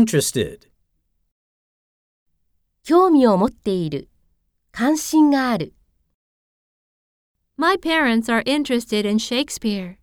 interested, 興味を持っている、関心がある。 My parents are interested in Shakespeare.